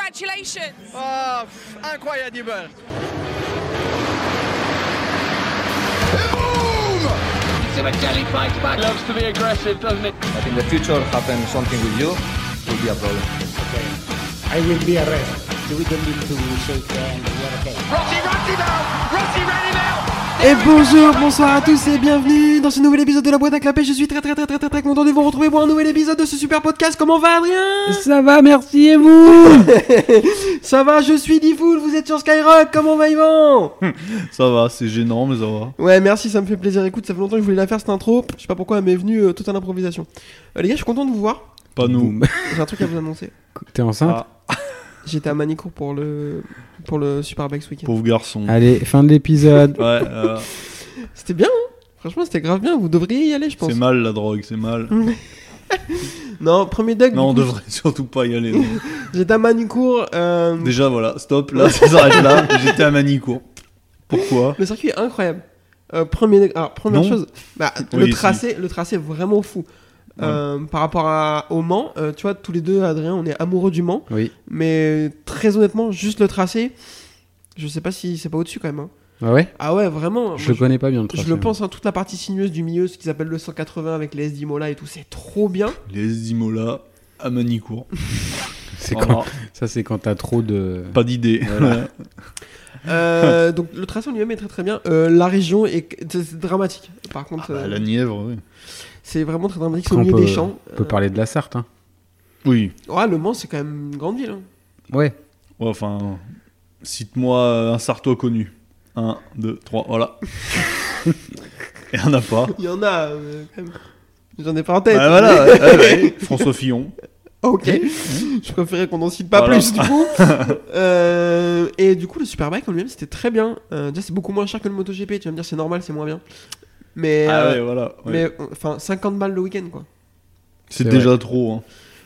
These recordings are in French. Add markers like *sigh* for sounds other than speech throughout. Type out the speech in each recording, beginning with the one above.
Congratulations! Ah, pff, incroyable. Sebastian fights back. Loves to be aggressive, doesn't it? But in the future, happen something with you, it will be a problem. I will be arrested. We don't need to shake hands. We're okay. Rossi runs him out. Rossi ran him out. Et bonjour, bonsoir à tous et bienvenue dans ce nouvel épisode de la boîte à clapet. Je suis très très très très très très content de vous retrouver pour un nouvel épisode de ce super podcast. Comment va Adrien Ça va, merci et vous Ça va, je suis Difool, vous êtes sur Skyrock, comment va Yvan Ça va, c'est gênant, mais ça va. Ouais, merci, ça me fait plaisir. Écoute, ça fait longtemps que je voulais la faire cette intro. Je sais pas pourquoi elle m'est venue euh, totale improvisation. Euh, les gars, je suis content de vous voir. Pas nous. J'ai un truc à vous annoncer. T'es enceinte J'étais à Manicourt pour le pour le Superbike ce week-end. *laughs* Pauvre garçon. Mm. Allez, fin de *laughs* l'épisode. Ouais, euh, C'était bien, hein Franchement, c'était grave bien. Vous devriez y aller, je pense. c'est mal la drogue, *laughs* c'est mal. Non, premier dog. Non, on du coup, devrait *laughs* surtout pas y aller. non. J'étais à Manicourt. euh, Déjà, voilà, stop, là, ça s'arrête là. J'étais à Manicourt. Pourquoi Le circuit est incroyable. Euh, premier, alors, première Non. chose, bah, Oui, le, si. tracé, le tracé est vraiment fou. Euh, par rapport à, au Mans, euh, tu vois, tous les deux, Adrien, on est amoureux du Mans. Oui. Mais très honnêtement, juste le tracé, je sais pas si c'est pas au-dessus quand même. hein. Ah ouais Ah ouais, vraiment. Je moi, le connais pas bien le je tracé. le pense, hein, toute la partie sinueuse du milieu, ce qu'ils appellent le 180 avec les SD Mola et tout, c'est *laughs* trop bien. Les Imola à Manicourt. C'est Voilà. quand... Ça, c'est quand t'as trop de. Pas d'idée. Voilà. Euh, donc le tracé en lui-même est très très bien. Euh, la région est, c'est- c'est dramatique. Ah Par contre, Bah, euh, la Nièvre, oui. c'est vraiment très dramatique. C'est au Après, on milieu peut- des champs. Euh, On peut parler de la Sarthe. Hein. Oui. Ouais, Le Mans, c'est quand même une grande ville. hein. Ouais. Ouais, enfin, cite-moi euh, un Sartois connu. 1, 2, 3, *laughs* voilà. Il y en a pas. Il y en a, euh, quand même. J'en ai pas en tête. Bah, voilà, ouais, ouais, *laughs* ouais. François Fillon. Ok. *laughs* Je préférais qu'on n'en cite pas Voilà. plus, du *laughs* coup. Euh, et du coup, le Superbike en lui-même, c'était très bien. Euh, déjà, c'est beaucoup moins cher que le MotoGP. Tu vas me dire, c'est normal, c'est moins bien. Mais. Ah euh, ouais, voilà. ouais. Mais on- enfin, 50 balles le week-end, quoi. C'est C'est déjà trop. Hein.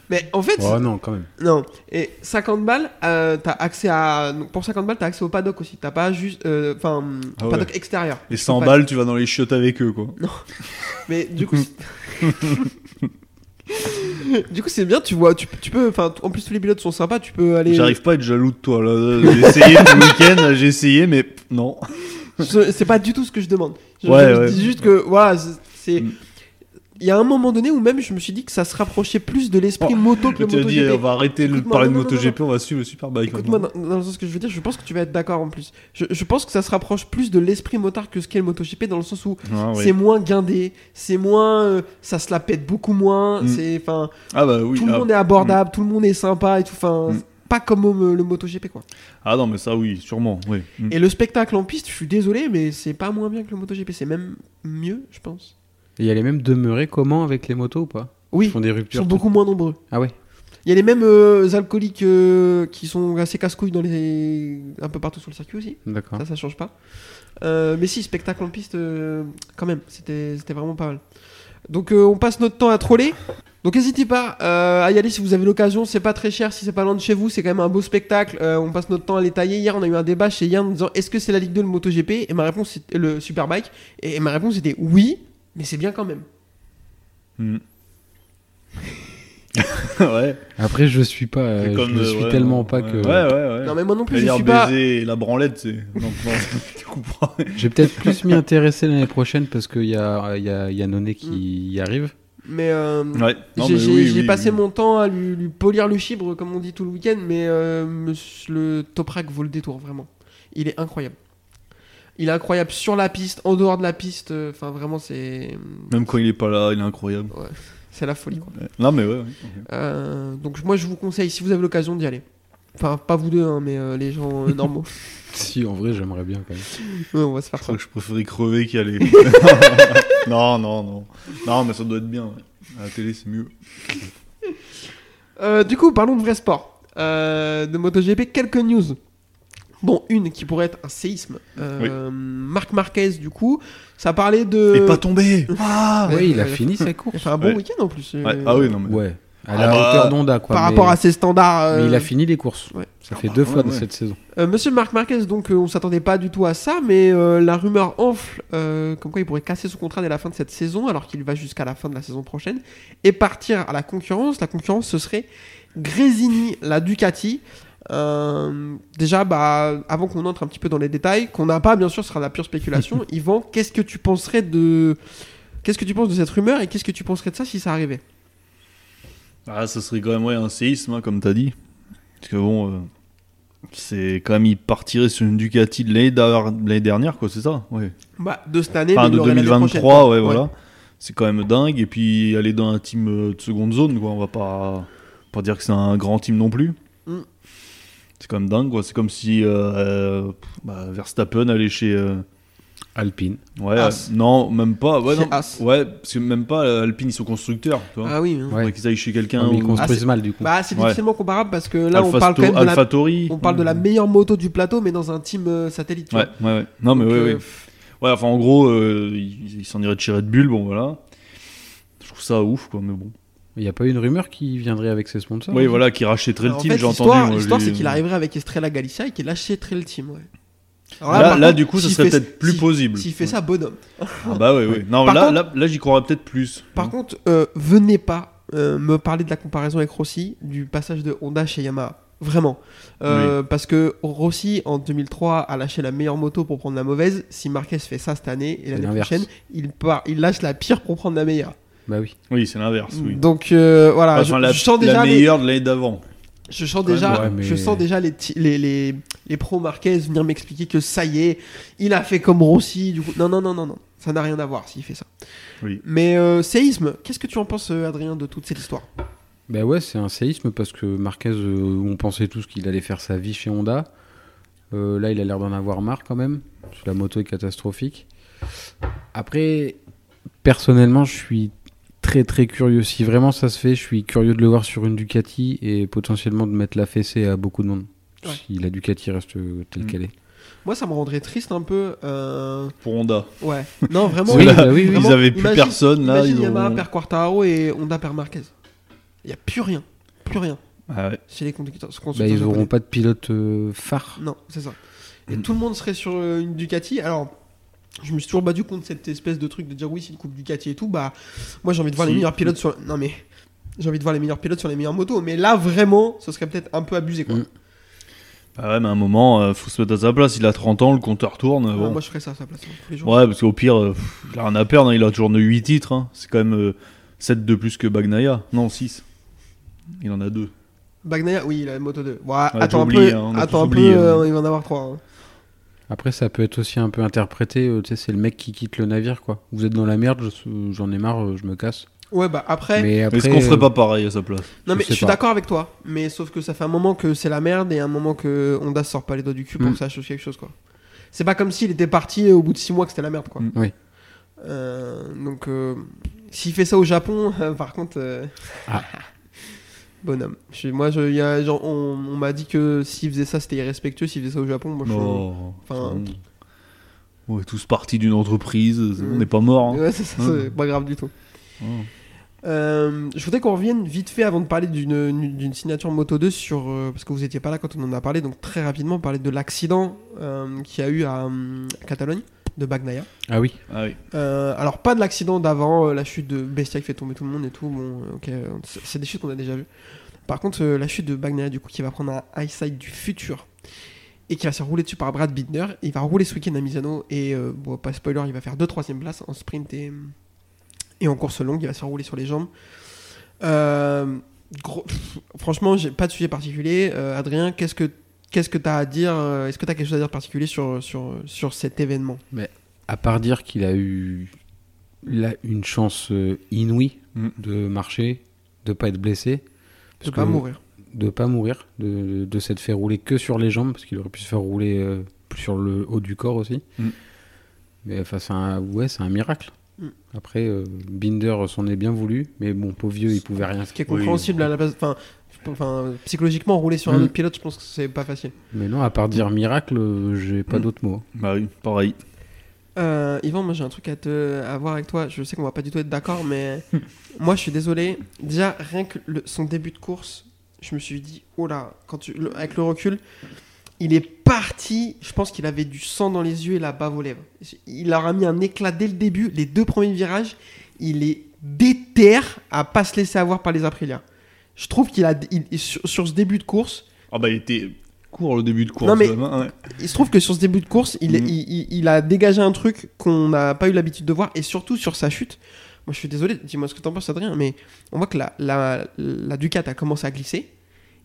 Mais en fait, Oh non, quand même. non. Et 50 balles, euh, t'as accès à. donc, pour 50 balles, t'as accès au paddock aussi. T'as pas juste. euh, Enfin, Ah ouais. paddock extérieur. Et 100 pas- balles, tu vas dans les chiottes avec eux, quoi. *laughs* Mais du coup. c'est- du coup, c'est bien, tu vois. Tu, tu peux. Enfin, t- en plus, tous les pilotes sont sympas. Tu peux aller. J'arrive pas à être jaloux de toi, là. J'ai essayé tout le week-end, *laughs* là, j'ai essayé, mais pff, non. Je- *laughs* c'est pas du tout ce que je demande. Je, Ouais, je ouais. dis juste que voilà, c'est- c'est. Mm. Il y a un moment donné où même je me suis dit que ça se rapprochait plus de l'esprit Oh, moto que Tu le as dit, on MotoGP. euh, va arrêter de Écoute-moi, parler de non, non, non, MotoGP, on va suivre le Superbike. Écoute-moi, maintenant. dans, dans le sens que je veux dire, je pense que tu vas être d'accord en plus. Je, je pense que ça se rapproche plus de l'esprit motard que ce qu'est le MotoGP dans le sens où Ah, ouais. c'est moins guindé, c'est moins, euh, ça se la pète beaucoup moins. Mm. C'est enfin, Ah bah oui. tout le ah. monde est abordable, tout le monde est sympa et tout. Enfin, Mm. pas comme au- le MotoGP quoi. Ah non, mais ça, oui, sûrement. Oui. Mm. Et le spectacle en piste, je suis désolé, mais c'est pas moins bien que le MotoGP, c'est même mieux, je pense. Et elle est même demeurée comment avec les motos ou pas Oui, Ils font des ils ruptures. sont beaucoup moins nombreux. Ah ouais Il y a les mêmes euh, alcooliques euh, qui sont assez casse-couilles dans les... un peu partout sur le circuit aussi. D'accord. Ça, ça change pas. Euh, mais si, spectacle en piste, euh, quand même, c'était c'était vraiment pas mal. Donc euh, on passe notre temps à troller. Donc n'hésitez pas euh, à y aller si vous avez l'occasion. C'est pas très cher, si c'est pas loin de chez vous, c'est quand même un beau spectacle. Euh, on passe notre temps à les tailler. Hier, on a eu un débat chez Yann en disant est-ce que c'est la Ligue 2 le MotoGP Et ma réponse, c'était le Superbike. Et ma réponse était oui, mais c'est bien quand même. Mm. *laughs* ouais. Après, je suis pas. euh, c'est je comme, ne euh, suis ouais, tellement ouais, pas ouais. que. Ouais, ouais, ouais. Non, mais moi non plus, je L'air suis pas. Mm. baiser et la branlette, c'est. *laughs* Non, non, tu comprends. Je vais peut-être plus m'y intéresser l'année prochaine parce qu'il y a, il y, a, il y a Noné qui y arrive. Mais euh, Ouais. Non, J'ai mais j'ai- oui, j'ai oui, passé oui. mon temps à lui, lui polir le chibre, comme on dit tout le week-end, mais euh, monsieur- le Toprak vaut le détour, vraiment. Il est incroyable. Il est incroyable sur la piste, en dehors de la piste, euh, enfin vraiment, c'est Même quand il est pas là, il est incroyable. c'est la folie. Quoi. Ouais. Non, mais ouais. ouais. Euh, donc moi, je vous conseille, si vous avez l'occasion d'y aller. Enfin, pas vous deux, hein, mais euh, les gens euh, normaux. *laughs* Si, en vrai, j'aimerais bien quand même. Ouais, on va se faire Je ça. crois que je préférais crever *laughs* qu'y aller. *laughs* non, non, non. Non, mais ça doit être bien. ouais. À la télé, c'est mieux. Euh, du coup, parlons de vrai sport. Euh, de MotoGP, quelques news. Bon, une qui pourrait être un séisme. Euh, Marc Marquez, du coup, ça parlait de. Et pas tomber Ah, oui, il a euh, fini sa course. Il a fait un bon Ouais. week-end en plus. Ouais, euh, Ah oui, non, mais. Ouais. À Ah la bah, hauteur d'Onda, quoi. par mais- rapport à ses standards. euh, Mais il a fini les courses. ouais. Ça fait bah, deux ouais, fois de ouais. cette saison. Euh, Monsieur Marc Marquez, donc euh, on s'attendait pas du tout à ça, mais euh, la rumeur enfle euh, comme quoi il pourrait casser son contrat dès la fin de cette saison, alors qu'il va jusqu'à la fin de la saison prochaine, et partir à la concurrence. La concurrence, ce serait Grésini, la Ducati. Euh, déjà, bah, avant qu'on entre un petit peu dans les détails, qu'on n'a pas, bien sûr, ce sera de la *laughs* pure spéculation. Yvan, qu'est-ce que tu penserais de. Qu'est-ce que tu penses de cette rumeur et qu'est-ce que tu penserais de ça si ça arrivait Ah, ce serait quand même ouais, un séisme, hein, comme t'as dit. Parce que bon, euh, c'est quand même, il partirait sur une Ducati de l'année d'ar- de l'année dernière, quoi, c'est ça ouais. bah, De cette année, Enfin, mais il de l'aurait l'année prochaine, 2023, quoi. ouais, voilà. C'est quand même dingue. Et puis, aller dans un team euh, de seconde zone, quoi. On va pas, pas dire que c'est un grand team non plus. Mm. C'est quand même dingue, quoi. C'est comme si euh, euh, bah, Verstappen allait chez. euh, Alpine. ouais, As. euh, non, même pas. Ouais, Chez non. As. ouais, parce que même pas euh, Alpine, ils sont constructeurs, tu vois. Ah oui. hein. Faudrait Ouais. qu'ils aillent chez quelqu'un. Ouais, mais ils ou- construisent Ah, mal, du coup. Bah, c'est Ouais. difficilement comparable parce que Ah, là, on Alpha parle quand Sto- même de la, AlphaTauri. on parle de la meilleure moto du plateau, mais dans un team euh, satellite. tu Ouais, vois. ouais, ouais. Non, mais Donc, ouais, euh, ouais. Ouais, enfin, en gros, euh, ils ils s'en iraient de chez Red Bull, bon, voilà. Je trouve ça ouf, quoi, mais bon. Il n'y a pas eu une rumeur qui viendrait avec ses sponsors hein Oui, voilà, qui rachèterait le en team, fait, j'ai entendu. l'histoire- moi, L'histoire, j'ai- c'est qu'il arriverait avec Estrella Galicia et qu'il achèterait le team. ouais. Alors Là, par là, contre, du coup, ça s'il serait fait- peut-être plus s'il- possible. S'il fait Ouais. ça, bonhomme. Ah bah oui, oui. Non, Par là, contre- là, là, j'y croirais peut-être plus. Par contre, euh, venez pas euh, me parler de la comparaison avec Rossi, du passage de Honda chez Yamaha. Vraiment. Euh, Parce que Rossi, en 2003, a lâché la meilleure moto pour prendre la mauvaise. Si Marquez fait ça cette année et l'année l'inverse. prochaine, il, part, il lâche la pire pour prendre la meilleure. Bah oui. Oui, c'est l'inverse, oui. Donc euh, voilà, Enfin, je, la, je sens la déjà les, meilleure de l'année d'avant. je sens quand même, déjà, ouais, mais- je sens déjà les, ti- les, les, les pros Marquez venir m'expliquer que ça y est, il a fait comme Rossi. Du coup, non non non non non, ça n'a rien à voir s'il fait ça. Oui. Mais euh, séisme, qu'est-ce que tu en penses, euh, Adrien, de toute cette histoire Bah ouais, c'est un séisme parce que Marquez, euh, on pensait tous qu'il allait faire sa vie chez Honda. Euh, là, il a l'air d'en avoir marre quand même. parce que La moto est catastrophique. Après, personnellement, je suis très très curieux. Si vraiment ça se fait, je suis curieux de le voir sur une Ducati et potentiellement de mettre la fessée à beaucoup de monde. Ouais. Si la Ducati reste euh, telle Mm. qu'elle est. Moi, ça me rendrait triste un peu. euh, Pour Honda. Ouais. *laughs* Non vraiment. Oui, il- bah oui, oui. vraiment, ils avaient plus imagine- personne, là. Imagine ils Yamaha ont- perd Quartaro et Honda perd Marquez. Il y a plus rien, plus rien Ah ouais. chez les conducteurs. Bah, constructeurs ils japonais. n'auront pas de pilote euh, phare. Non, c'est ça. Et tout le monde serait sur euh, une Ducati. Alors, je me suis toujours battu contre cette espèce de truc de dire oui, c'est une coupe Ducati et tout. Bah, moi j'ai envie de voir les Si. meilleurs pilotes sur. Non mais. J'ai envie de voir les meilleurs pilotes sur les meilleures motos. Mais là, vraiment, ce serait peut-être un peu abusé quoi. Mm. Bah ouais, mais à un moment, euh, faut se mettre à sa place. Il a 30 ans, le compteur tourne. Ouais, Ah bon. Ah, Moi je ferais ça à sa place hein, tous les jours. Ouais, parce qu'au pire, euh, pff, il a rien à perdre. hein, Il a toujours 8 titres. hein. C'est quand même 7 de plus que Bagnaia. Non, 6. Il en a 2. Bagnaia, oui, la moto 2. Ouais, j'ai attends un oublié, peu. hein, on a attends tous un peu, oublié, euh, hein. il va en avoir 3. Après, ça peut être aussi un peu interprété. euh, tu sais, c'est le mec qui quitte le navire, quoi. Vous êtes dans la merde, je- j'en ai marre, euh, je me casse. Ouais, bah après. Mais après, Est-ce qu'on ferait euh, pas pareil à sa place je non, mais sais je suis pas. d'accord avec toi. Mais sauf que ça fait un moment que c'est la merde et un moment que Honda sort pas les doigts du cul pour Mm. que ça change quelque chose quoi. C'est pas comme s'il était parti et au bout de 6 mois que c'était la merde quoi. Mm. Oui. Euh, donc, euh, s'il fait ça au Japon, *laughs* par contre. euh, Ah. *laughs* Bonhomme. Je- moi, je, il y a- genre, on, on m'a dit que s'il faisait ça, c'était irrespectueux. S'il faisait ça au Japon, moi, je- Non. Enfin- On est tous partis d'une entreprise. On Mm. n'est pas morts. hein. Ouais, c'est ça, Mm. c'est pas grave du tout. Ouais. Euh, je voudrais qu'on revienne vite fait avant de parler d'une d'une signature Moto 2 sur euh, parce que vous n'étiez pas là quand on en a parlé donc très rapidement parler de l'accident euh, qu'il y a eu à, euh, à Catalogne de Bagnaia. Ah oui, Ah oui. Euh, alors pas de l'accident d'avant, euh, la chute de Bestia qui fait tomber tout le monde et tout. Bon, euh, ok, euh, c'est c'est des chutes qu'on a déjà vues. Par contre, euh, la chute de Bagnaia du coup qui va prendre un high side du futur et qui va se rouler dessus par Brad Binder. Il va rouler ce week-end à Misano et euh, bon, pas spoiler, il va faire deux troisième places en sprint et, et en course longue. Il va se rouler sur les jambes. Euh, gros- pff, franchement, j'ai pas de sujet particulier. Euh, Adrien, qu'est-ce que qu'est-ce que t'as à dire euh, Est-ce que t'as quelque chose à dire de particulier sur sur sur cet événement à part dire qu'il a eu là une chance euh, inouïe Mm. de marcher, de pas être blessé, De parce pas que- mourir. de pas mourir, de, de s'être fait rouler que sur les jambes, parce qu'il aurait pu se faire rouler euh, sur le haut du corps aussi. Mm. Mais enfin, c'est un, ouais, c'est un miracle. Mm. Après, euh, Binder s'en est bien voulu, mais bon, pauvre vieux, il pouvait rien. Ce qui est Oui, compréhensible hein. à la place. Enfin, je- enfin, psychologiquement, rouler sur un Mm. autre pilote, je pense que c'est pas facile. Mais non, à part dire miracle, euh, j'ai pas Mm. d'autres mots. Bah oui, pareil. Euh, Yvan, moi j'ai un truc à, te, à voir avec toi. Je sais qu'on va pas du tout être d'accord, mais moi je suis désolé. Déjà, rien que le- son début de course, je me suis dit, oh là, quand tu, le- avec le recul, il est parti. Je pense qu'il avait du sang dans les yeux et la bave aux lèvres. Il leur a mis un éclat dès le début, les deux premiers virages. Il est déter à pas se laisser avoir par les Aprilia. Je trouve qu'il a, il- sur- sur ce début de course, Ah bah il était court le début de course. Non, mais- quand même, hein, ouais. il se trouve que sur ce début de course, il, Mhm. il, il- il a dégagé un truc qu'on n'a pas eu l'habitude de voir, et surtout sur sa chute. Moi, je suis désolé, dis-moi ce que t'en penses, Adrien, mais on voit que la, la, la Ducat a commencé à glisser,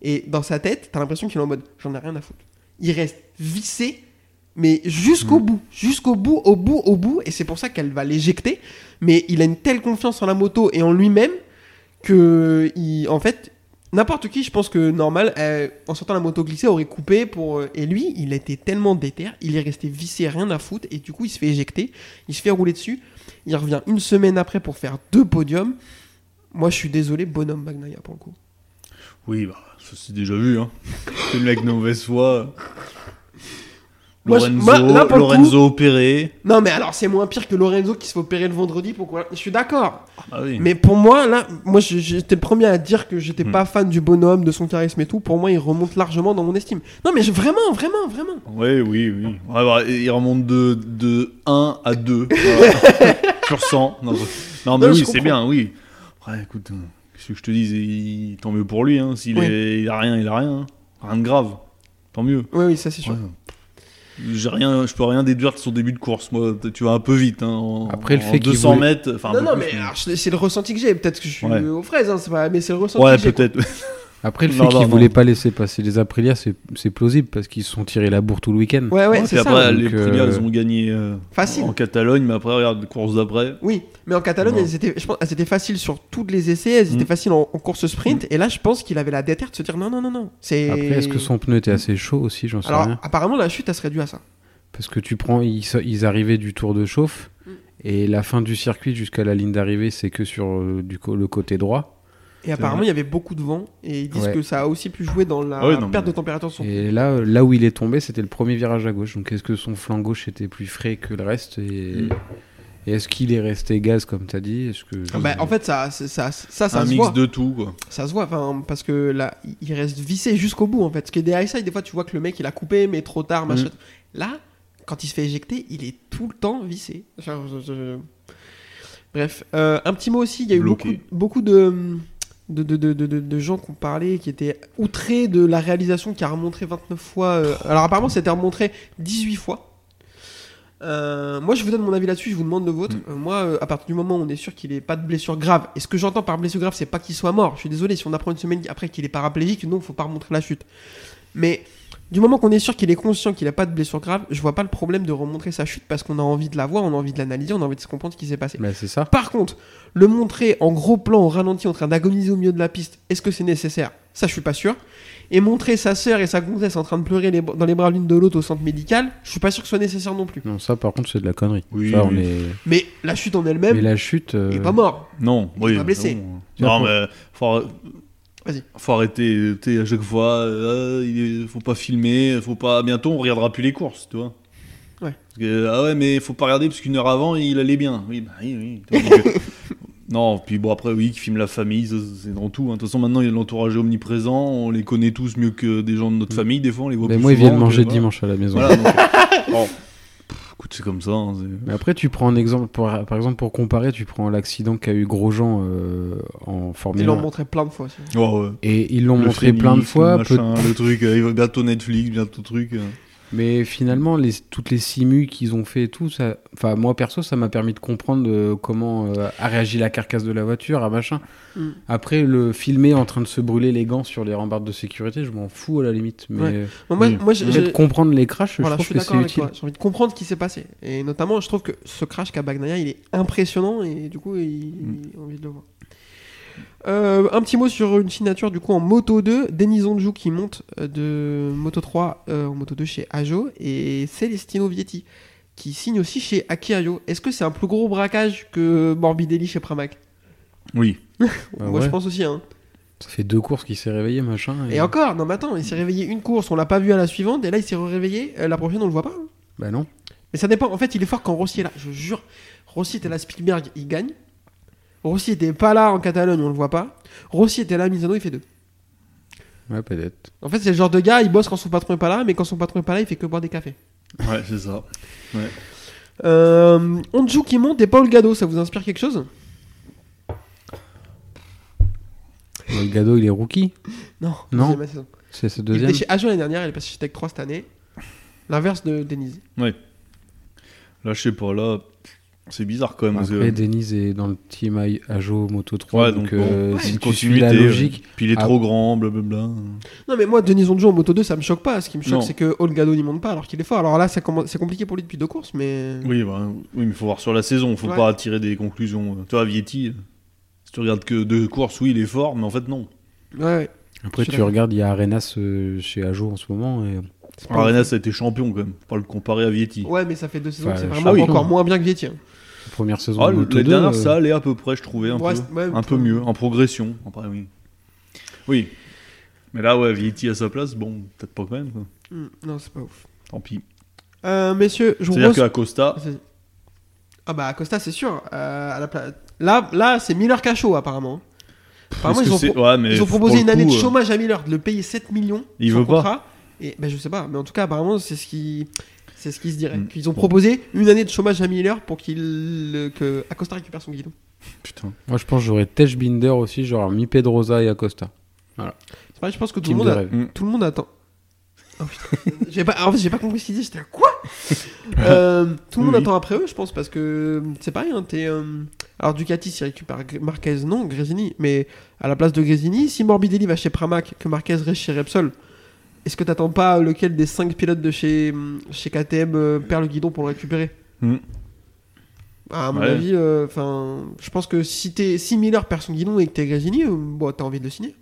et dans sa tête, t'as l'impression qu'il est en mode j'en ai rien à foutre. Il reste vissé, mais jusqu'au bout, jusqu'au bout, au bout, au bout, et c'est pour ça qu'elle va l'éjecter. Mais il a une telle confiance en la moto et en lui-même que, il, en fait, n'importe qui, je pense que normal, euh, en sortant la moto glissée, aurait coupé pour. euh, et lui, il était tellement déter, il est resté vissé, rien à foutre, et du coup, il se fait éjecter, il se fait rouler dessus, il revient une semaine après pour faire deux podiums. Moi, je suis désolé, bonhomme Magnaya pour le coup. Oui, bah, ça s'est déjà vu. Hein. *laughs* C'est le mec de mauvaise foi. Moi, je- Lorenzo, moi, là, pour le coup- Lorenzo opéré. Non, mais alors, c'est moins pire que Lorenzo qui se fait opérer le vendredi. Pourquoi Je suis d'accord. Ah oui. Mais pour moi, là, moi, je- j'étais le premier à dire que j'étais Hmm. pas fan du bonhomme, de son charisme et tout. Pour moi, il remonte largement dans mon estime. Non, mais je- vraiment, vraiment, vraiment. Ouais, oui, oui. Ouais, bah, il remonte de, de 1 *laughs* à 2. voilà. Sur 100. Non, je- non, mais Non, je oui, c'est comprends. bien, oui. Après, écoute, euh, qu'est-ce que je te dis il- Tant mieux pour lui. Hein. S'il Oui. est- il a rien, il a rien. hein. Rien de grave. Tant mieux. Oui, oui, ça, c'est sûr. Ouais. J'ai rien, je peux rien déduire de son début de course. Moi, t- tu vas un peu vite. Hein, en, Après, le en fait qu'il 200 voulait- mètres. enfin, un Non, peu non, plus, mais mais- alors, je- c'est le ressenti que j'ai. Peut-être que je suis Ouais. aux fraises, hein, c'est pas... mais c'est le ressenti Ouais, que j'ai. quoi. peut-être. Après, le Non, fait non, qu'ils non. voulaient pas laisser passer les Aprilia, c'est c'est plausible parce qu'ils se sont tirés la bourre tout le week-end. Ouais, ouais, Ouais, c'est puis ça. après, ouais. donc, les Prilias, euh, elles ont gagné euh, Facile. en Catalogne, mais après, regarde, course d'après. Oui, mais en Catalogne, Non. elles étaient, je pense, elles étaient faciles sur toutes les essais, elles étaient Mm. faciles en, en course sprint, et là, je pense qu'il avait la déterre de se dire non, non, non, non. C'est... Après, est-ce que son pneu était assez chaud aussi J'en sais Alors, rien. apparemment, la chute, elle serait due à ça. Parce que tu prends, ils, so- ils arrivaient du tour de chauffe et la fin du circuit jusqu'à la ligne d'arrivée, c'est que sur euh, du co- le côté droit. Et apparemment, il y avait beaucoup de vent, et ils disent Ouais. que ça a aussi pu jouer dans la Ah oui, non, mais- perte de température de son. Et là, euh, là où il est tombé, c'était le premier virage à gauche. Donc, est-ce que son flanc gauche était plus frais que le reste et, Mm. et est-ce qu'il est resté gaz comme t'as dit Est-ce que Ah bah, en fait, ça, c'est- ça, ça, ça un se mix voit. de tout, quoi. Ça se voit, enfin, parce que là, il reste vissé jusqu'au bout, en fait. Parce que des high-side, des fois, tu vois que le mec, il a coupé, mais trop tard, machin. Mm. Là, quand il se fait éjecter, il est tout le temps vissé. Genre, je- je- je- Bref, euh, un petit mot aussi, il y a eu beaucoup, Bloqué. beaucoup de, de, de, de, de- de- de gens qui ont parlé, qui étaient outrés de la réalisation qui a remontré 29 fois. euh, alors apparemment, c'était remontré 18 fois. Euh, moi, je vous donne mon avis là-dessus, je vous demande le vôtre. Euh, moi, euh, à partir du moment où on est sûr qu'il n'ait pas de blessure grave, et ce que j'entends par blessure grave, c'est pas qu'il soit mort. Je suis désolé, si on apprend une semaine après qu'il est paraplégique, non, faut pas remontrer la chute. Mais du moment qu'on est sûr qu'il est conscient qu'il n'a pas de blessure grave, je vois pas le problème de remontrer sa chute parce qu'on a envie de la voir, on a envie de l'analyser, on a envie de se comprendre ce qui s'est passé. Bah, c'est ça. Par contre, le montrer en gros plan au ralenti en train d'agoniser au milieu de la piste, est-ce que c'est nécessaire Ça, je suis pas sûr. Et montrer sa sœur et sa gonzesse en train de pleurer les- dans les bras l'une de l'autre au centre médical, je suis pas sûr que ce soit nécessaire non plus. Non, ça par contre, c'est de la connerie. Oui, Ça, on oui. est- Mais la chute en Mais elle-même, la chute. euh, il est pas mort. Non, oui, pas blessé. c'est bon. Tu Non, vois, mais faut, arr- Vas-y. faut arrêter euh, tu sais, à chaque fois. euh, il est- faut pas filmer, faut pas. Bientôt, on regardera plus les courses, tu vois. Ouais. Parce que, ah ouais, mais faut pas regarder parce qu'une heure avant, il allait bien. Oui, bah oui, oui. tu vois, donc, *laughs* euh, non, puis bon, après, oui, qui filme la famille, ça, c'est dans tout. hein. De toute façon, maintenant, il y a de l'entourage omniprésent, on les connaît tous mieux que des gens de Mm. notre famille, des fois, on les voit Mais plus moi, ils souvent viennent que- manger voilà. dimanche à la maison. *laughs* Voilà, donc, bon. Pff, écoute, c'est comme ça. hein, c'est- Mais après, tu prends un exemple, pour- par exemple, pour comparer, tu prends l'accident qu'a eu Grosjean euh, en Ils Formule l'ont 1. montré plein de fois. ça. Oh, ouais. Et ils l'ont Le montré Phoenix, plein de le fois, peu- machin, le truc, euh, il va bientôt Netflix, bientôt truc. euh. mais finalement, les, toutes les simus qu'ils ont fait et tout, ça, enfin, moi perso, ça m'a permis de comprendre euh, comment euh, a réagi la carcasse de la voiture, à machin. Mm. Après, le filmer en train de se brûler les gants sur les rambardes de sécurité, je m'en fous à la limite. Mais Ouais. Bon, moi, Oui. moi, je- je- peut-être comprendre les crashs, voilà, je trouve je suis que d'accord c'est avec utile. toi. J'ai envie de comprendre ce qui s'est passé. Et notamment, je trouve que ce crash qu'a Bagnaia, il est impressionnant et du coup, il, Mm. il- on a envie de le voir. Euh, un petit mot sur une signature du coup en Moto 2, Denis Onjou qui monte euh, de Moto 3 euh, en Moto 2 chez Ajo et Celestino Vietti qui signe aussi chez Akiayo. Est-ce que c'est un plus gros braquage que Morbidelli chez Pramac Oui. Bah Moi je ouais. pense aussi. Hein. Ça fait deux courses qu'il s'est réveillé, machin. Et encore, euh, non mais attends, il s'est réveillé une course, on l'a pas vu à la suivante et là il s'est réveillé, la prochaine on le voit pas. hein. Bah non. Mais ça dépend. En fait, il est fort quand Rossi est là. Je jure. Rossi était là, Spielberg, il gagne. Rossi était pas là en Catalogne, on le voit pas. Rossi était là, à Misano, il fait deux. Ouais, peut-être. En fait, c'est le genre de gars, il bosse quand son patron est pas là, mais quand son patron est pas là, il fait que boire des cafés. Ouais, c'est ça. Euh, Onju qui monte et Paul Gado, ça vous inspire quelque chose Le Gado, il est rookie. Non. Non. deuxième saison. C'est sa Il deuxième. était chez Ajon l'année dernière, il est passé chez Tech 3 cette année. L'inverse de Denise. Là, je sais pas, là, c'est bizarre quand même. parce que- Après, Denise est dans le team I- Ajo Moto 3. Ouais, donc, donc euh, bon, ouais, si une tu suis la continuité, ouais. logique. Puis il est Ah. trop grand, blablabla. Non, mais moi, Denise Onju en moto 2, ça me choque pas. Ce qui me choque, Non. c'est que Paul Gado n'y monte pas alors qu'il est fort. Alors là, ça commence- c'est compliqué pour lui depuis deux courses, mais. Oui, bah, oui, mais il faut voir sur la saison, faut Ouais. pas tirer des conclusions. Toi, Vietti, euh, si tu regardes que deux courses, oui, il est fort, mais en fait, non. Ouais, ouais. Après, Je suis tu d'accord. regardes, il y a Arenas euh, chez Ajo en ce moment. Et... C'est pas- Arenas a été champion quand même, faut pas le comparer à Vietti. Ouais, mais ça fait deux saisons Enfin, que c'est je- vraiment ah oui. encore moins bien que Vietti. hein. la Première saison Ah, de le- Moto les 2. dernières, euh, ça allait à peu près, je trouvais, un, Ouais, c'est- peu, ouais, un peu tout- mieux, en progression. Après, oui. oui. Mais là, ouais, Vietti à sa place, bon, peut-être pas quand même. quoi. Hmm, Non, c'est pas ouf. Tant pis. Euh, messieurs, je vous C'est-à-dire propose. qu'à Costa, C'est- Ah bah Costa c'est sûr. Euh, à la pla- Là, là c'est Miller Cachot apparemment. Apparemment est-ce ils que ont, c'est- pro- ouais, mais ils ont pour proposé le une année de coup, euh, chômage à Miller, de le payer 7 millions. Il sans veut pas. contrat. Et ben je sais pas, mais en tout cas apparemment c'est ce qui c'est ce qui se dirait. Mm. Ils ont proposé une année de chômage à Miller pour qu'il euh, que Acosta récupère son guidon. euh, Oh. Putain. Moi, je pense que j'aurais Tej Binder aussi. J'aurais mis Pedrosa et Acosta. C'est vrai, je pense que tout Team le monde de a- rêve. Mm. Tout le monde attend. Oh, putain. *laughs* J'ai pas, en fait, j'ai pas compris ce qu'il dit. J'étais là, *laughs* quoi Euh, Tout le monde Oui. attend après eux, je pense, parce que c'est pareil. Hein, t'es, euh, Alors, Ducati, s'il récupère Gr- Marquez, non, Grésini. Mais à la place de Grésini, si Morbidelli va chez Pramac, que Marquez reste chez Repsol, est-ce que t'attends pas lequel des 5 pilotes de chez, hum, chez KTM euh, perd le guidon pour le récupérer Bah, Hmm. À mon Ouais. avis, euh, enfin, je pense que si, t'es, si Miller perd son guidon et que t'es Grésini, euh, bon, t'as envie de le signer.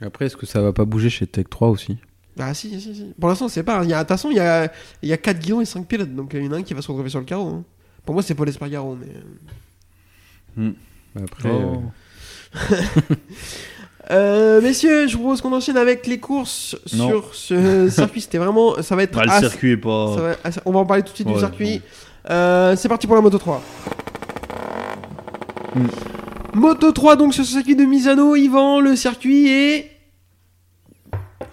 Après, est-ce que ça va pas bouger chez Tech 3 aussi Ah si, si, si. Pour l'instant, c'est pas. hein. Il y a- De toute façon, il y a, il y a 4 guidons et 5 pilotes, donc euh, il y en a un qui va se retrouver sur le carreau. hein. Pour moi, c'est Paul Espargaro, mais... Bah, Après, Oh. euh, Euh, messieurs, je vous propose qu'on enchaîne avec les courses Non. sur *laughs* ce circuit. C'était vraiment... Ça va être... bah, le assez- circuit est pas. ça va- assez- On va en parler tout de suite du Ouais, circuit. ouais. Euh, c'est parti pour la Moto 3. Mm. Moto 3, donc, sur ce circuit de Misano, Yvan, le circuit est...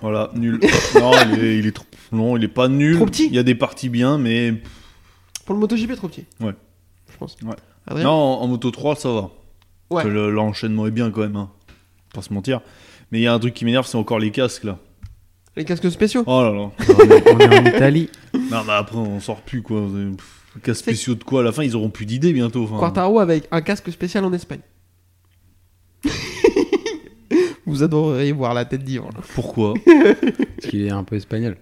Voilà, nul. non, il est, il est trop- non, il est pas nul. Trop petit Il y a des parties bien, mais. Pour le MotoGP, trop petit. Ouais. Je pense. Ouais. Adrien Non, en, en moto 3, ça va. Ouais. Que le- L'enchaînement est bien quand même, hein. Pas se mentir. Mais il y a un truc qui m'énerve, c'est encore les casques là. Les casques spéciaux. Oh là là. on est- euh, on est en *laughs* Italie. non, mais après, on sort plus quoi. C'est- pff, Casques spéciaux de quoi à la fin Ils auront plus d'idées bientôt. enfin. Quartaro avec un casque spécial en Espagne. *laughs* Vous adoreriez voir la tête d'Yvan. *laughs* Pourquoi Parce qu'il est un peu espagnol.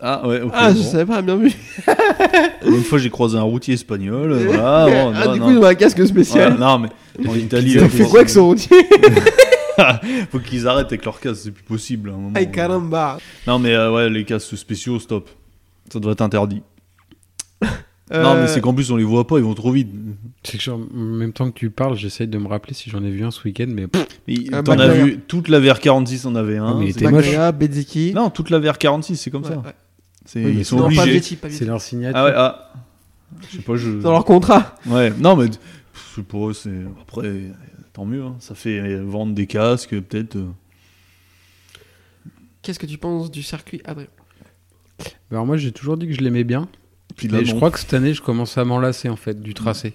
Ah ouais, ok. Ah, je bon. savais pas, bien vu. Une fois, j'ai croisé un routier espagnol. euh, Voilà, *laughs* bon, ah, non, du non. coup, ils ont un casque Ouais, spécial. *laughs* non, mais en Italie, Ils ont euh, fait faut, quoi avec son routier faut qu'ils arrêtent avec leurs casques, c'est plus possible. à un moment. Ay caramba. Non, mais euh, ouais, les casques spéciaux, stop. Ça devrait être interdit. Euh, Non, mais c'est qu'en plus, on les voit pas, ils vont trop vite. C'est que genre, en même temps que tu parles, j'essaye de me rappeler si j'en ai vu un ce week-end, mais pff, Mais Ah, t'en as McLaren. vu, toute la VR46 en avait un. Ah, mais il C'est- était moche. Bagnaia, Bezzecchi. Non, toute la VR46, c'est comme Ouais, ça. ouais. C'est- Oui, mais ils sont Non, pas obligés. Vietti, pas c'est Vietti. leur signature. Ah ouais, ah. Je sais pas, je. Bah, Dans leur contrat. Ouais, non, mais. pff, Je sais pas, c'est. Après, euh, tant mieux, hein. ça fait euh, vendre des casques, peut-être. euh. Qu'est-ce que tu penses du circuit, Adrien Bah, Alors moi, j'ai toujours dit que je l'aimais bien. Puis là, Mais je non. crois que cette année, je commence à m'enlacer en fait du tracé.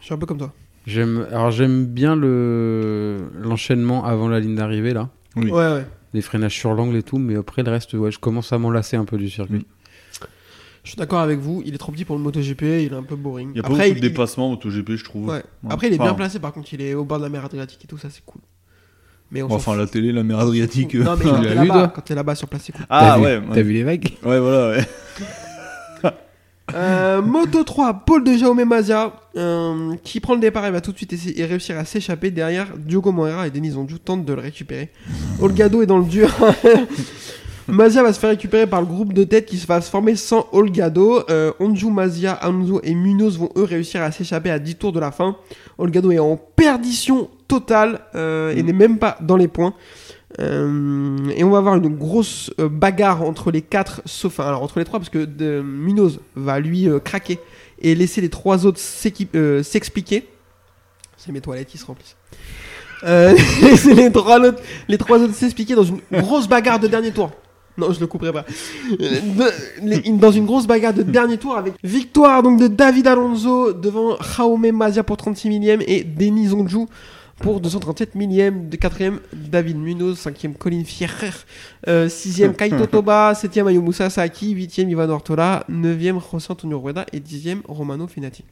Je suis un peu comme toi. J'aime, alors j'aime bien le l'enchaînement avant la ligne d'arrivée là, Oui. Ouais, ouais. les freinages sur l'angle et tout, mais après le reste, ouais, je commence à m'enlacer un peu du circuit. Je suis d'accord avec vous. Il est trop petit pour le MotoGP. Il est un peu boring. Il y a pas Après, beaucoup il, de il- dépassements MotoGP, je trouve. ouais. Après, il est bien Enfin, placé. Par contre, il est au bord de la mer Adriatique et tout ça, c'est cool. Mais on bon, s'en Enfin, fout. la télé, la mer Adriatique. euh. Non, *laughs* mais tu quand l'as t'es vu, là-bas, toi quand t'es là-bas sur place, c'est cool. Ah T'as vu- ouais, T'as ouais, vu les vagues ouais, voilà, ouais. Euh, Moto 3, Paul de Jaume Mazia, euh, qui prend le départ et va tout de suite essayer et réussir à s'échapper derrière Diogo Moreira et Denis Onju tente de le récupérer. Olgado est dans le dur. *laughs* Mazia va se faire récupérer par le groupe de tête qui se va se former sans Olgado. Euh, Onju, Mazia, Anzo et Munoz vont eux réussir à s'échapper à 10 tours de la fin. Olgado est en perdition totale euh, et n'est même pas dans les points. Euh, Euh, et on va avoir une grosse euh, bagarre entre les quatre, sauf enfin, alors entre les trois, parce que de- Munoz va lui euh, craquer et laisser les trois autres s'équi- euh, s'expliquer. C'est mes toilettes qui se remplissent. Euh, *laughs* laisser les trois autres, les trois autres s'expliquer dans une grosse bagarre de dernier tour. Non, je le couperai pas. Euh, de- les- Dans une grosse bagarre de dernier tour avec victoire donc de David Alonso devant Jaume Mazia pour 36 millième et Denis Onju pour 237 millième de 4 David Munoz, 5e Colin Fierrer, *laughs* 6e Kaito Toba, 7e Ayu Musa Saki, 8e Ivan Ortola, 9e José Antonio Rueda et 10e Romano Finati.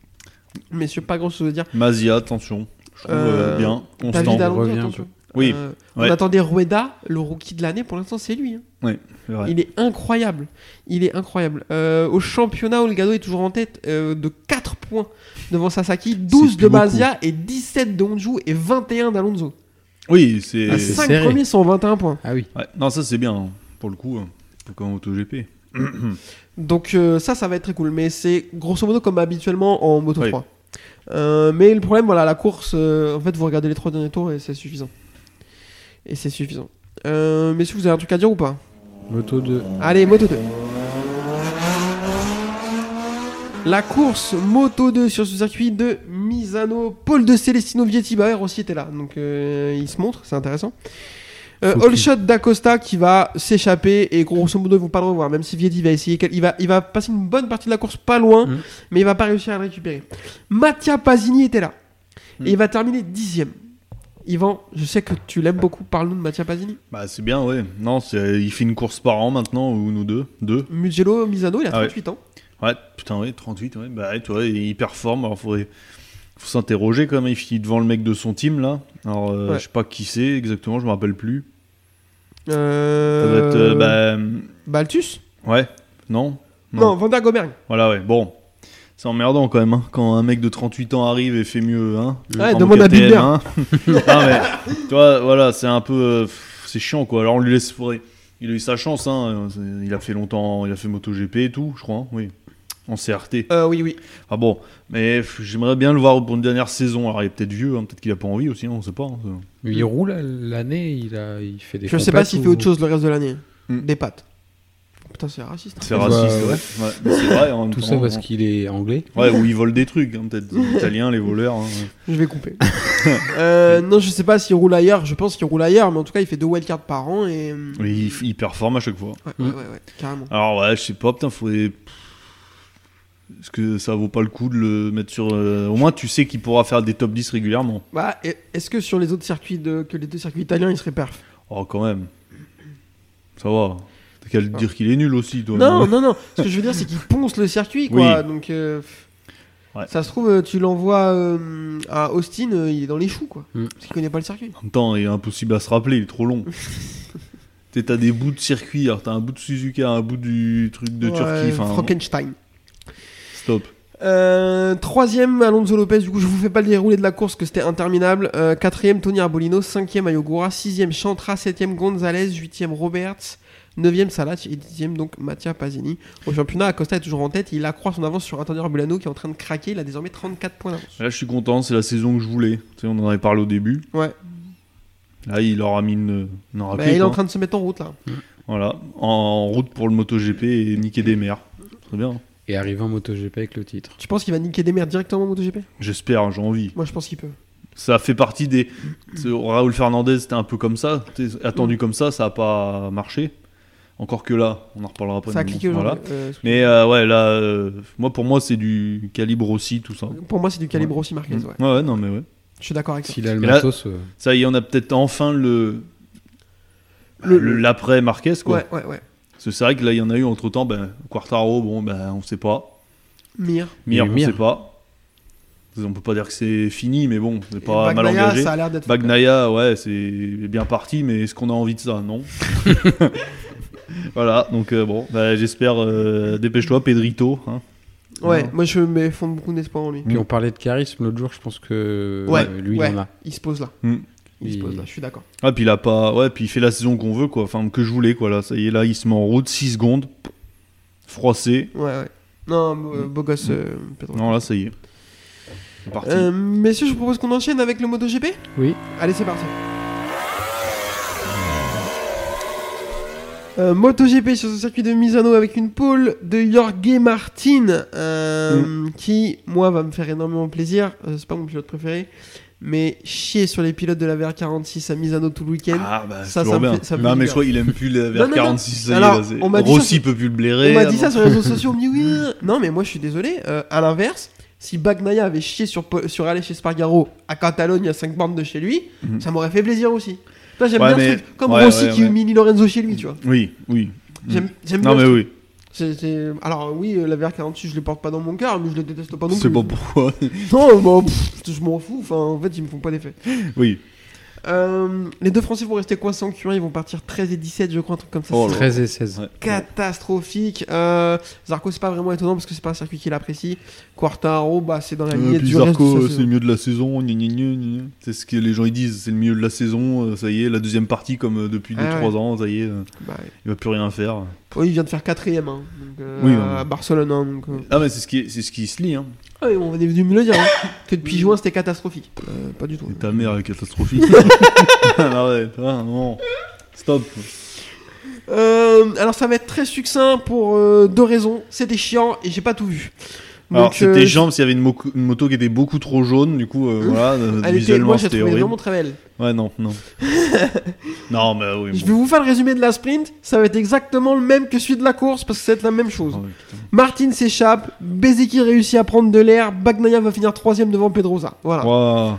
Messieurs, pas grand chose à dire. Mazia, attention. Je trouve euh, Euh, bien, David constant. Alonso, revient un attention. Oui, Euh, ouais. On attendait Rueda, le rookie de l'année, pour l'instant c'est lui. hein. c'est vrai. Il est incroyable. Il est incroyable. Euh, au championnat, Olgado est toujours en tête euh, de 4 points devant Sasaki, plus 12 de Mazia et 17 de Honju et 21 d'Alonso. Oui, c'est. Les Ah, c'est 5 serré. premiers sont 21 points. Ah oui. Ouais, Non, ça c'est bien, hein, pour le coup, euh, comme AutoGP. Donc euh, ça, ça va être très cool. Mais c'est grosso modo comme habituellement en moto Oui. 3. Euh, mais le problème, voilà, la course, euh, en fait, vous regardez les trois derniers tours et c'est suffisant. Et c'est suffisant. Euh, messieurs, vous avez un truc à dire ou pas Moto 2. Allez, moto 2. La course moto 2 sur ce circuit de Misano. Paul de Celestino Vietti, bah ouais, Rossi était là. Donc euh, il se montre, c'est intéressant. Euh, Faut all qu'il- shot d'Acosta qui va s'échapper et grosso modo ils vont pas le revoir même si Vietti va essayer quel- il va, il va passer une bonne partie de la course pas loin Mm. mais il va pas réussir à le récupérer Mattia Pasini était là et il va terminer dixième Yvan je sais que tu l'aimes beaucoup parle nous de Mattia Pasini Bah, c'est bien, ouais. Non, c'est- il fait une course par an maintenant, ou nous deux. Deux. Mugello Misano il a Ah ouais. 38 ans Ouais, putain, ouais, 38, ouais. Bah, ouais, tu vois, il performe. Alors, faudrait. Faut s'interroger quand même. Il finit devant le mec de son team, là. Alors, euh, Ouais. je sais pas qui c'est exactement, je me rappelle plus. Ça Euh... doit être. euh, bah. Baltus Ouais, non Non, Vanda Goberg. Voilà, ouais. Bon. C'est emmerdant quand même, hein, quand un mec de 38 ans arrive et fait mieux. Hein, Ouais, En demande à KTM, Bilder. *laughs* hein. Non, mais, tu vois, voilà, c'est un peu. euh, pff, c'est chiant, quoi. Alors, on lui laisse. faudrait- Il a eu sa chance, hein. euh, c'est- Il a fait longtemps. Il a fait MotoGP et tout, je crois. hein, oui. En CRT. Euh, oui, oui. Ah bon. Mais pff, j'aimerais bien le voir pour une dernière saison. Alors, il est peut-être vieux, hein, peut-être qu'il a pas envie aussi, hein, on sait pas. hein, ça. Il roule l'année, il, a, il fait des Je sais pas compètes s'il ou- fait autre chose le reste de l'année. Hmm. Des pattes. Putain, c'est raciste. hein. C'est Bah, raciste, ouais. Ouais, mais c'est vrai. en même Tout temps, ça parce hein. qu'il est anglais. Ouais, ou ils volent des trucs, hein, peut-être. Les Italiens, les voleurs. hein, Je ouais. vais *laughs* couper. Euh, non, je sais pas s'il roule ailleurs. Je pense qu'il roule ailleurs, mais en tout cas, il fait deux wildcards par an et. euh, Mais il, il performe à chaque fois. Ouais, ouais, ouais, ouais, carrément. Alors ouais, je sais pas, putain, faut. Est-ce que ça vaut pas le coup de le mettre sur. euh, Au moins, tu sais qu'il pourra faire des top 10 régulièrement. Bah, et- est-ce que sur les autres circuits de... que les deux circuits italiens, il serait perf Oh, quand même. Ça va. T'as qu'à le dire qu'il est nul aussi, toi. Non, non, non. Ce que je veux dire, c'est qu'il ponce le circuit, quoi. Donc. euh, pff. Ouais. Ça se trouve, euh, tu l'envoies euh, à Austin, euh, il est dans les choux, quoi. Hmm. Parce qu'il connaît pas le circuit. En même temps, il est impossible à se rappeler, il *laughs* est trop long. T'es- T'as des bouts de circuit, alors t'as un bout de Suzuka, un bout du truc de Ouais, Turquie, enfin. Frankenstein. Stop. Euh, troisième, Alonso Lopez. Du coup, je vous fais pas le déroulé de la course, que c'était interminable. Euh, quatrième, Tony Arbolino. Cinquième, Ayogura. Sixième, Chantra. Septième, Gonzalez. Huitième, Roberts. Neuvième, Salac. Et dixième, donc, Mattia Pasini. Au championnat, Acosta est toujours en tête. Il accroît son avance sur Antonio Arbolino, qui est en train de craquer. Il a désormais 34 points d'avance. Là, je suis content, c'est la saison que je voulais. Tu sais, on en avait parlé au début. Ouais. Là, il aura mis une. une Bah, raclée, il est quoi. en train de se mettre en route, là. Voilà, en route pour le MotoGP et niquer des mers. Très bien. Et arrive en MotoGP avec le titre. Tu penses qu'il va niquer des merdes directement au MotoGP J'espère, hein, j'ai envie. Moi, je pense qu'il peut. Ça fait partie des. ce- Raoul Fernandez, c'était un peu comme ça, t'es- attendu comme ça, ça n'a pas marché. Encore que là, on en reparlera après. Ça a mais bon, cliqué voilà. aujourd'hui. Euh, Mais euh, ouais, là, euh, moi pour moi, c'est du calibre aussi, tout ça. Mm. pour moi, c'est du calibre aussi Marquez. Ouais. ouais, non, mais ouais. Je suis d'accord avec ça. S'il a le Et là- mm. matos, euh, Ça y est, on a peut-être enfin le. Le- le- L'après Marquez, quoi. Ouais, ouais, ouais. Parce que C'est vrai que là, il y en a eu entre temps, ben, Quartaro, bon, ben, on sait pas. Mir. Mir, Et on Mir. sait pas. On peut pas dire que c'est fini, mais bon, c'est pas Et mal Bagnaia, engagé. ça a l'air d'être. Bagnaia, ouais, c'est bien parti, mais est-ce qu'on a envie de ça *laughs* Non. *laughs* voilà, donc euh, bon, bah, j'espère. euh, Dépêche-toi, Pedrito. hein. Ouais, moi, je me fonde beaucoup d'espoir en lui. Puis on parlait de charisme l'autre jour, je pense que Ouais, euh, lui, ouais. il en a. Il se pose là. Hmm. Il se Il- pose là, je suis d'accord. Ah, puis il a pas. Ouais, puis il fait la saison qu'on veut, quoi. Enfin, que je voulais, quoi. Là, ça y est, là, il se met en route, 6 secondes, froissé. Ouais, ouais. Non, euh, beau gosse, euh, Pedro. Non, là, ça y est. C'est parti. Euh, messieurs, je vous propose qu'on enchaîne avec le MotoGP Oui. Allez, c'est parti. Euh, MotoGP sur ce circuit de Misano avec une pole de Jorge Martin, euh, Hmm. qui, moi, va me faire énormément plaisir. Euh, c'est pas mon pilote préféré, mais chier sur les pilotes de la VR46 à Misano tout le week-end. Ah bah, Ça, ça, ça me bien. fait- ça me non, fait mais du je crois qu'il aime plus la Non, non, non. VR46. Alors, ça y est, on là, m'a c'est- dit Rossi ça- peut plus le On blairer. m'a dit ah ça bon. sur les réseaux sociaux, on me dit *laughs* oui. euh, Non, mais moi je suis désolé. euh, à l'inverse, si Bagnaia avait chié sur, Po- sur aller chez Spargaro à Catalogne à 5 bornes de chez lui, Mhm. ça m'aurait fait plaisir aussi. Toi, j'aime Ouais, bien ce mais- truc. Comme ouais, Rossi ouais, qui ouais. humilie Lorenzo chez lui, tu vois. Oui, oui. Mm. J'aime j'aime bien Non, mais ce oui. C'est- c'est- Alors oui, euh, la VR46, je les porte pas dans mon cœur, mais je les déteste pas non C'est plus. pas pourquoi. *laughs* *laughs* Non, bah, pff, je m'en fous. Enfin, en fait, ils me font pas d'effet. Oui. Euh, les deux Français vont rester coincés en Q1. Ils vont partir 13 et 17, je crois, un truc comme ça. Oh C'est là. 13 et 16. Ouais. catastrophique. Euh, Zarco, c'est pas vraiment étonnant parce que c'est pas un circuit qu'il apprécie. Quartaro, bah, c'est dans la Et lignée puis du reste de sa Zarco, euh, saison. c'est le mieux de la saison. gna, gna, gna, gna. C'est ce que les gens ils disent. C'est le mieux de la saison. euh, Ça y est, la deuxième partie, comme euh, depuis Ah 2-3 ans, ça y est, euh, Bah, il va plus rien faire. oui, il vient de faire quatrième hein, donc, euh, Oui, à ouais. Barcelone. hein, donc, euh. Ah, mais c'est ce qui, c'est ce qui se lit. Hein. Ah, mais on est venu me le dire hein, que depuis juin c'était catastrophique. Euh, pas du tout. Et ta mère *laughs* est catastrophique. ah ouais, ah, non. Stop. Euh, alors ça va être très succinct pour euh, deux raisons. C'était chiant et j'ai pas tout vu. Donc, Alors, c'était euh, chiant parce qu'il y avait une, mo- une moto qui était beaucoup trop jaune, du coup, euh, voilà, euh, elle était, visuellement moi, j'ai c'était trouvé horrible. vraiment très belle. Ouais, non, *laughs* non. non, mais oui. Je vais bon. vous faire le résumé de la sprint. Ça va être exactement le même que celui de la course parce que c'est la même chose. Ah ouais, putain. Martin s'échappe, Bezeki réussit à prendre de l'air, Bagnaia va finir troisième devant Pedrosa. Voilà. Ouah.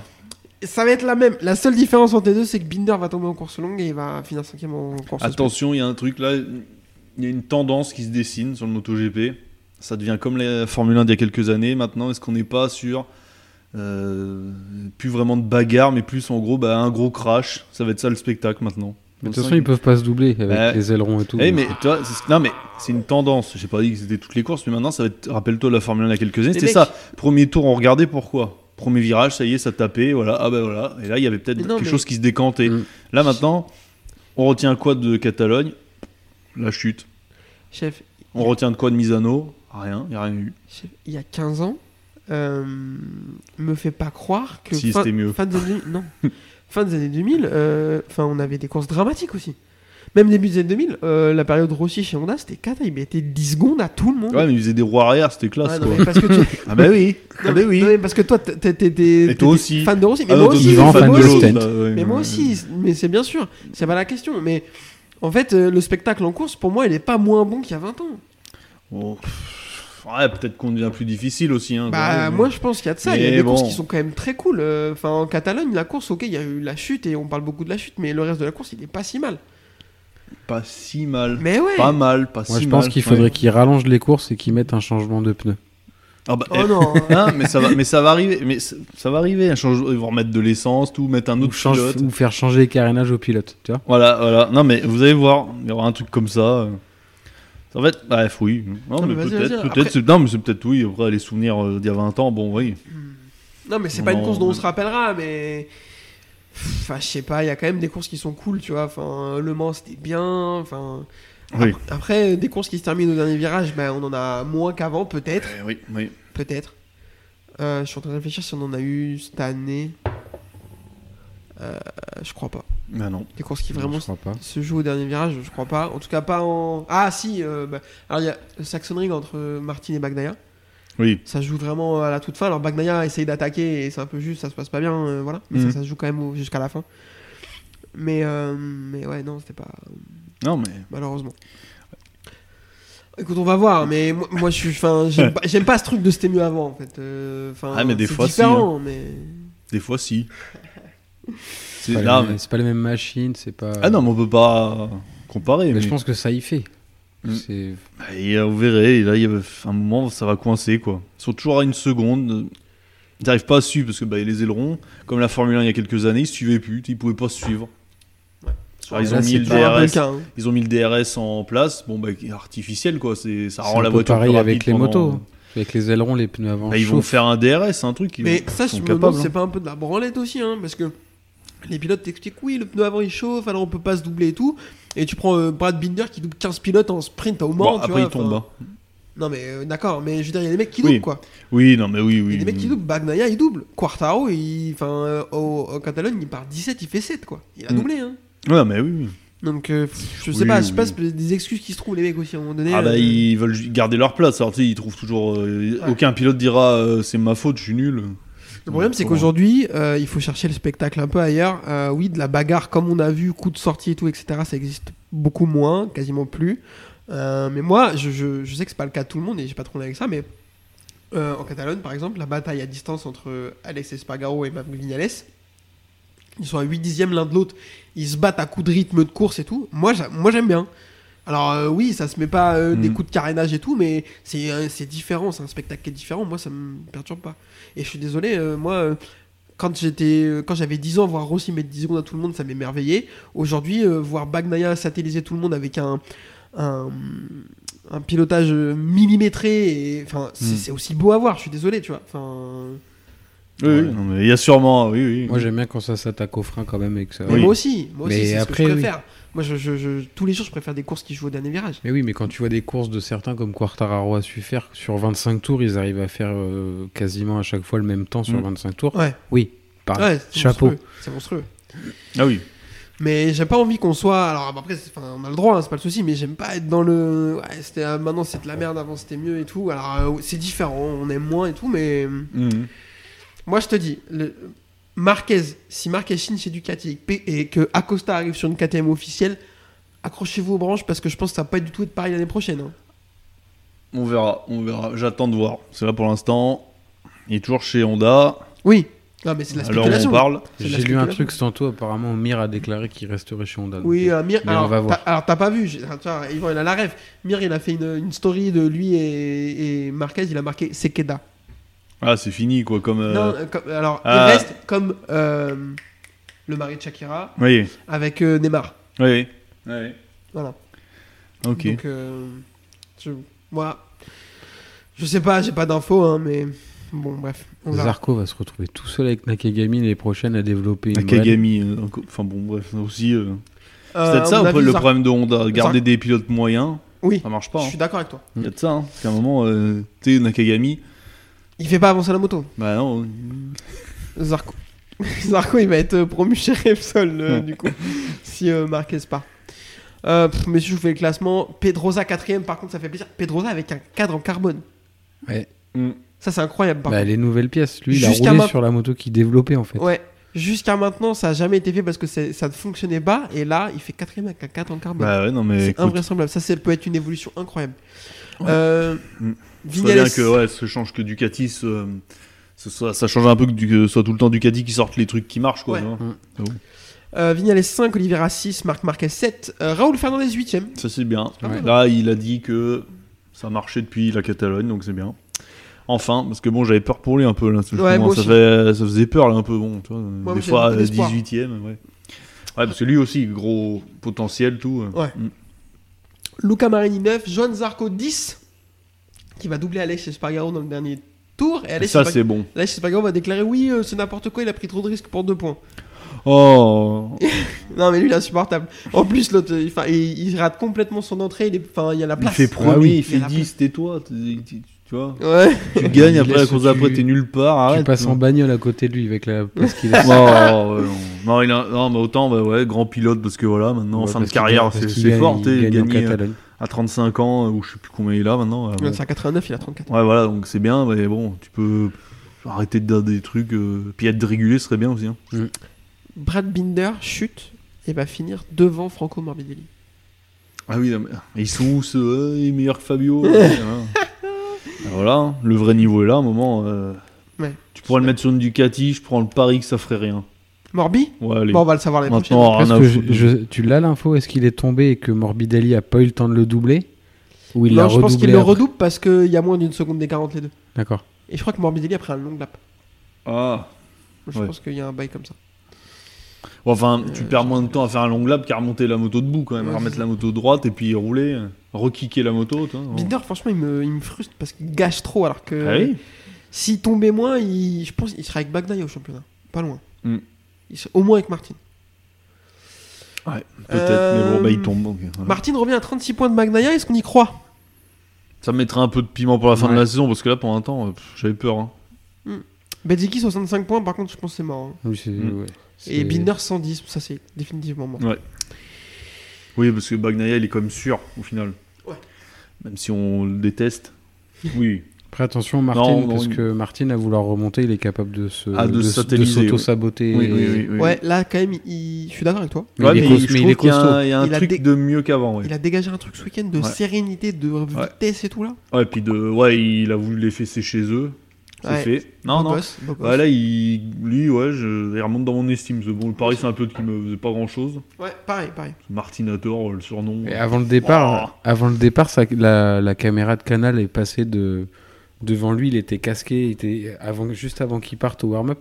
Ça va être la même. La seule différence entre les deux, c'est que Binder va tomber en course longue et il va finir cinquième en course sprint. Attention, il y a un truc là, il y a une tendance qui se dessine sur le MotoGP. Ça devient comme la Formule 1 d'il y a quelques années. Maintenant, est-ce qu'on n'est pas sur euh, plus vraiment de bagarre, mais plus en gros bah, un gros crash Ça va être ça le spectacle maintenant. Mais de toute façon, ils peuvent pas se doubler avec Ouais. les ailerons et tout. Eh, mais toi, c'est- non mais c'est une tendance. J'ai pas dit que c'était toutes les courses, mais maintenant ça va être. Rappelle-toi la Formule 1 il y a quelques années, c'était mecs- ça. Premier tour, on regardait pourquoi. Premier virage, ça y est, ça tapait, voilà. Ah ben voilà. Et là, il y avait peut-être Mais non, quelque mais- chose qui se décantait. Mm. Là maintenant, on retient quoi de Catalogne La chute. Chef, On retient de quoi de Misano Rien, il n'y a rien eu. Chef, il y a 15 ans, euh, me fait pas croire que Si, fin, c'était mieux. fin des *laughs* années, non. fin des années 2000, euh, enfin, on avait des courses dramatiques aussi. Même début des années 2000, euh, la période Rossi chez Honda, c'était cata, il mettait 10 secondes à tout le monde. Ouais, mais ils faisaient des rois arrière, c'était Ouais, classe non, mais quoi. parce que *laughs* tu- Ah ben oui Ah ben oui non, mais parce que toi, t'es- t'es- t'es- t'es Et t'es toi aussi fan de Rossi, mais Ah non, moi toi, aussi, t'es Vivant, moi fan de aussi. l'autre. l'autre, là, ouais, Mais moi ouais. aussi, mais c'est bien sûr, c'est pas la question. Mais en fait, euh, le spectacle en course, pour moi, il est pas moins bon qu'il y a 20 ans. Bon, pff, Ouais, peut-être qu'on devient plus difficile aussi. Hein, Bah, Ouais, moi, je pense qu'il y a de ça. Il y a Mais des bon. courses qui sont quand même très cool. Euh, Enfin, en Catalogne, la course, ok, il y a eu la chute et on parle beaucoup de la chute, mais le reste de la course, il est pas si mal. Pas si mal. Mais ouais. Pas mal, pas Moi, si je pense mal. qu'il faudrait Ouais. qu'ils rallongent les courses et qu'ils mettent un changement de pneus. Ah bah, Oh eh, non. *laughs* hein, mais ça va, mais ça va arriver. Mais ça, ça va arriver. un change- Ils vont remettre de l'essence, tout, mettre un Ou, autre change- pilote. ou faire changer les carénages aux pilotes, tu vois. Voilà, voilà. Non, mais vous allez voir, il y aura un truc comme ça. euh. En fait, bref, oui. Non, Non, mais mais, vas-y, peut-être, vas-y. peut-être, Après- c'est- non, mais c'est peut-être oui. Après, les souvenirs euh, d'il y a 20 ans, bon, oui. *laughs* Non, mais c'est pas une Non. course dont on se rappellera, mais. Enfin, je sais pas, il y a quand même des courses qui sont cool, tu vois. Enfin, Le Mans, c'était bien. Enfin. Oui. Après, après, des courses qui se terminent au dernier virage, ben, on en a moins qu'avant, peut-être. Eh oui, oui. Peut-être. Euh, je suis en train de réfléchir si on en a eu cette année. Euh, je crois pas. Ah non. Des courses qui vraiment Je crois pas. se jouent au dernier virage, je crois pas. En tout cas, pas en. Ah si euh, bah, Alors, il y a le Saxon Ring entre Martin et Bagnaia. Oui. Ça se joue vraiment à la toute fin. Alors, Bagnaia essaye d'attaquer et c'est un peu juste, ça se passe pas bien. euh, voilà. Mais Mhm. ça, ça se joue quand même au- jusqu'à la fin. Mais, euh, mais ouais, non, c'était pas. Non, mais. Malheureusement. Écoute, on va voir, mais moi, moi, je suis. Enfin, *laughs* j'aime pas, j'aime pas ce truc de c'était mieux avant, en fait. Euh, Enfin, Ah, mais des c'est fois, si, différent, mais. Des *laughs* fois, si. C'est C'est là, pas, les- mais- c'est pas les mêmes machines, c'est pas. Ah non, mais on peut pas comparer. Mais Mais je pense que ça y fait. Mm. C'est- Et, euh, vous verrez, et là, il y a un moment, ça va coincer, quoi. Ils sont toujours à une seconde. Ils n'arrivent pas à suivre parce que bah, les ailerons, comme la Formule 1 il y a quelques années, ils ne suivaient plus, ils ne pouvaient pas se suivre. Alors, ils, Ah, Là, ont mis c'est le pas un DRS, hein. ils ont mis le DRS en place, bon, bah, qui est artificiel, quoi. C'est, ça c'est rend un la peu voiture pareil plus avec les rapide pendant- euh, motos. hein. Avec les ailerons, les pneus avant. Bah, ils vont chauffent. faire un DRS, c'est un truc. Ils Mais ils ça, je sont me demande, capables. hein. c'est pas un peu de la branlette aussi, hein, parce que les pilotes t'expliquent, oui, le pneu avant il chauffe, alors on peut pas se doubler et tout. Et tu prends euh, Brad Binder qui double 15 pilotes en sprint au Bon, Mans, tu après, ils vois, tombent. enfin, hein. Non, mais euh, d'accord, mais je veux dire, il y a des mecs qui Oui. doublent, quoi. Oui, non, mais oui, Il y oui. a des mecs qui oui. doublent. Bagnaia, il double. Quartaro, il... enfin, euh, au, en Catalogne, il part 17, il fait 7, quoi. Il a Mm. doublé, hein. Ouais, mais oui. oui. Donc, euh, pff, je sais Oui, pas, je sais oui. pas, c'est des excuses qui se trouvent, les mecs aussi, à un moment donné. Ah bah euh, ils veulent ju- garder leur place, alors tu sais, ils trouvent toujours... euh, Ouais. Aucun pilote dira euh, c'est ma faute, je suis nul. Le problème, c'est qu'aujourd'hui, euh, il faut chercher le spectacle un peu ailleurs. Euh, oui, de la bagarre, comme on a vu, coup de sortie et tout, etc., ça existe beaucoup moins, quasiment plus. Euh, mais moi, je, je- je sais que c'est pas le cas de tout le monde et j'ai pas trop avec ça, mais euh, en Catalogne, par exemple, la bataille à distance entre Alex Espargaro et Maverick Vignales, ils sont à 8 dixièmes l'un de l'autre. Ils se battent à coups de rythme de course et tout. Moi, j'a- moi j'aime bien. Alors euh, oui, ça se met pas euh, des Mhm. coups de carénage et tout, mais c'est euh, c'est différent, c'est un spectacle qui est différent. Moi, ça me perturbe pas. Et je suis désolé, euh, moi, euh, quand j'étais, euh, quand j'avais 10 ans, voir Rossi mettre 10 secondes à tout le monde, ça m'émerveillait. Aujourd'hui, euh, voir Bagnaia satelliser tout le monde avec un, un, un pilotage euh, millimétré, et- enfin, c'est Mm. c'est aussi beau à voir. Je suis désolé, tu vois. Enfin, Oui, oui, Ouais. non, mais il y a sûrement... Oui, oui. Moi j'aime bien quand ça s'attaque au frein quand même et que ça. mais Oui. moi aussi, moi aussi, Mais c'est ce que après, je oui. préfère. Moi, je, je- je- tous les jours, je préfère des courses qui jouent au dernier virage. Mais oui, mais quand tu vois des courses de certains comme Quartararo a su faire, sur 25 tours, ils arrivent à faire euh, quasiment à chaque fois le même temps sur Mm. 25 tours. Ouais. Oui, par Ouais, c'est Ah, chapeau. monstrueux, C'est monstrueux. Ah oui. Mais j'ai pas envie qu'on soit. Alors après, c'est- enfin, on a le droit, hein, c'est pas le souci, mais j'aime pas être dans le. Ouais, c'était ah, maintenant c'est de la merde, avant c'était mieux et tout. Alors euh, c'est différent, on aime moins et tout, mais euh, Mhm. moi je te dis, le... Marquez, si Marquez signe chez Ducati et que P- et que Acosta arrive sur une KTM officielle, accrochez-vous aux branches parce que je pense que ça va pas du tout être pareil l'année prochaine. hein. On verra, on verra. J'attends de voir. C'est là pour l'instant. Il est toujours chez Honda. Oui, non, mais c'est de la Alors on spéculation. parle. C'est de la J'ai lu un spéculation. truc tantôt, apparemment Mir a déclaré qu'il resterait chez Honda. donc, Oui, euh, euh, Mir, Mais alors, on va t'as- voir. alors, t'as pas vu, j'ai- tu vois, Yvan il a la rêve. Mir il a fait une, une story de lui et, et Marquez, il a marqué Sekeda. Ah, c'est fini quoi. Comme. euh, Non, euh, comme- alors ah. il reste comme euh, le mari de Shakira Oui, avec euh, Neymar. oui, oui. Voilà. Ok. Donc euh, je, moi, je sais pas, j'ai pas d'infos, hein, mais bon, bref, on verra. Zarco va se retrouver tout seul avec Nakagami les prochaines à développer une brand. Nakagami. euh, encore- Enfin bon, bref. ça Aussi. euh, C'est Euh, peut-être ça on un a peu vu le Zar- problème de Honda. Garder des pilotes moyens, Oui, ça marche pas. je Hein. suis d'accord avec toi. C'est peut-être ça. Hein. Parce qu'à un moment, euh, t'es Nakagami. Il fait pas avancer la moto, Bah non. euh, Mm. Zarco. *laughs* Zarco, il va être euh, promu chez Repsol euh, Ouais. du coup, *laughs* si euh, Marquez part. Euh, pff, messieurs, je vous fais le classement. Pedrosa quatrième, par contre, ça fait plaisir. Pedrosa avec un cadre en carbone. Ouais. Mm. Ça, c'est incroyable. Par Bah, les nouvelles pièces, lui il a Jusqu'à roulé ma- sur la moto qu'il développait en fait. Ouais. Jusqu'à maintenant, ça a jamais été fait parce que c'est- ça ne fonctionnait pas. Et là, il fait quatrième avec un 4 en carbone. Bah ouais, non mais. c'est Écoute, invraisemblable. Ça, ça peut être une évolution incroyable. Euh, Mm. Je vois Vignales. bien que ouais, ça change que Ducati se- ce soit- ça change un peu que du- que ce soit tout le temps Ducati qui sorte les trucs qui marchent quoi. Ouais. tu vois. euh, Vignales 5, Oliveira 6, Marc Marquez 7, euh, Raoul Fernandez 8ème. Ça c'est bien. Ah pas mal. Là, il a dit que ça marchait depuis la Catalogne, donc c'est bien. Enfin, parce que bon, j'avais peur pour lui un peu là. ce Ouais, moment, moi ça, aussi. fait- ça faisait peur là un peu. Bon, tu vois, moi, des j'ai fois beaucoup d'espoir. 18 e ouais. ouais, parce que lui aussi, gros potentiel, tout. Ouais. Mm. Luca Marini 9, Joan Zarco 10, qui va doubler Alex Espargaro dans le dernier tour. Et Alex, ça, Esparg- c'est bon. Alex Espargaro va déclarer Oui, euh, c'est n'importe quoi, il a pris trop de risques pour 2 points. Oh Non, mais lui, il est insupportable. En plus, l'autre, euh, enfin, il, il rate complètement son entrée. Il, est- enfin, il y a la Il place. Ah fait premier, oui, il il y fait a la 10, tais-toi. Tu tu- tu vois, Ouais. tu gagnes, après, laisse- à cause tu- d'après, t'es nulle part. Tu Arrête. passes en non. bagnole à côté de lui avec la parce qu'il a- Oh, ouais, *laughs* non. Non, il a- non, mais autant, bah ouais, grand pilote, parce que voilà, maintenant, Ouais, fin de parce qu'il carrière, gagne- c'est parce qu'il c'est gagne- fort, t'es il gagne en gagné Ah, Catalogne. à 35 ans, euh, ou je sais plus combien il a maintenant. euh, Il bon. a 89, il a 34. Ouais, voilà, donc c'est bien, mais bon, tu peux arrêter de dire des trucs, euh, puis être régulé serait bien aussi. hein. Brad Binder chute et va finir devant Franco Morbidelli. Ah oui, non, mais- mais ils sont où ceux euh, ils sont meilleurs que Fabio ouais, ouais. Voilà, hein, le vrai niveau est là, à un moment. euh, Ouais. Tu pourrais le mettre sur une Ducati, je prends le pari que ça ferait rien. Morbi Ouais, allez. Bon, bah, on va le savoir l'année prochaine. Maintenant, Parce rien à que foutre. je- je- tu l'as l'info Est-ce qu'il est tombé et que Morbidelli a pas eu le temps de le doubler Ou il l'a non, je redoublé pense qu'il le après redouble parce qu'il y a moins d'une seconde des 40 les deux. D'accord. Et je crois que Morbidelli a pris un long lap. Ah. Je Ouais. pense qu'il y a un bail comme ça. Bon, enfin, tu Euh, perds moins de temps à faire un long lap qu'à remonter la moto debout quand même. Ouais, à remettre c'est la moto droite et puis rouler, euh, rekicker la moto. tu vois. Binder, franchement, il me, il me frustre parce qu'il gâche trop alors que. Ah oui S'il tombait moins, il- je pense qu'il serait avec Bagnaia au championnat. Pas loin. Mm. Il serait au moins avec Martin. Ouais, peut-être, Euh, mais bon, bah, il tombe. donc, voilà. Martin revient à 36 points de Bagnaia, est-ce qu'on y croit Ça mettra un peu de piment pour la fin de Ouais. la saison parce que là, pour un temps, j'avais peur. hein. Benziki 65 points, par contre, je pense que c'est mort. hein. Oui, c'est- Mm. ouais. Et C'est- Binder 110, ça c'est définitivement mort. Ouais. Oui, parce que Bagnaia, il est quand même sûr, au final. Ouais. Même si on le déteste. Oui. Après, attention, Martin, Non, non, parce il- que Martin, à vouloir remonter, il est capable de se Ah, de de s- satelliser, de s'auto-saboter. oui, oui, oui, oui. Ouais, là, quand même, il- je suis d'accord avec toi. Mais Ouais, il est mais cos- je mais il trouve est qu'il y a un, costaud. il y a un Il a truc dé- de mieux qu'avant. Ouais. Il a dégagé un truc ce week-end de Ouais. sérénité, de vitesse et tout là. Ouais, puis de, ouais, il a voulu les fesser chez eux. C'est Ouais. fait. Non, Beau non. gosse, beau gosse. Ouais, là, il, lui, ouais, je, il remonte dans mon estime. C'est Bon, le Paris Saint-Claude qui me faisait pas grand-chose. Ouais, pareil, pareil. *laughs* Martinator, le surnom. Et avant le départ, Oh. avant le départ, ça- la, la caméra de Canal est passée de devant lui. Il était casqué, il était avant, juste avant qu'il parte au warm-up.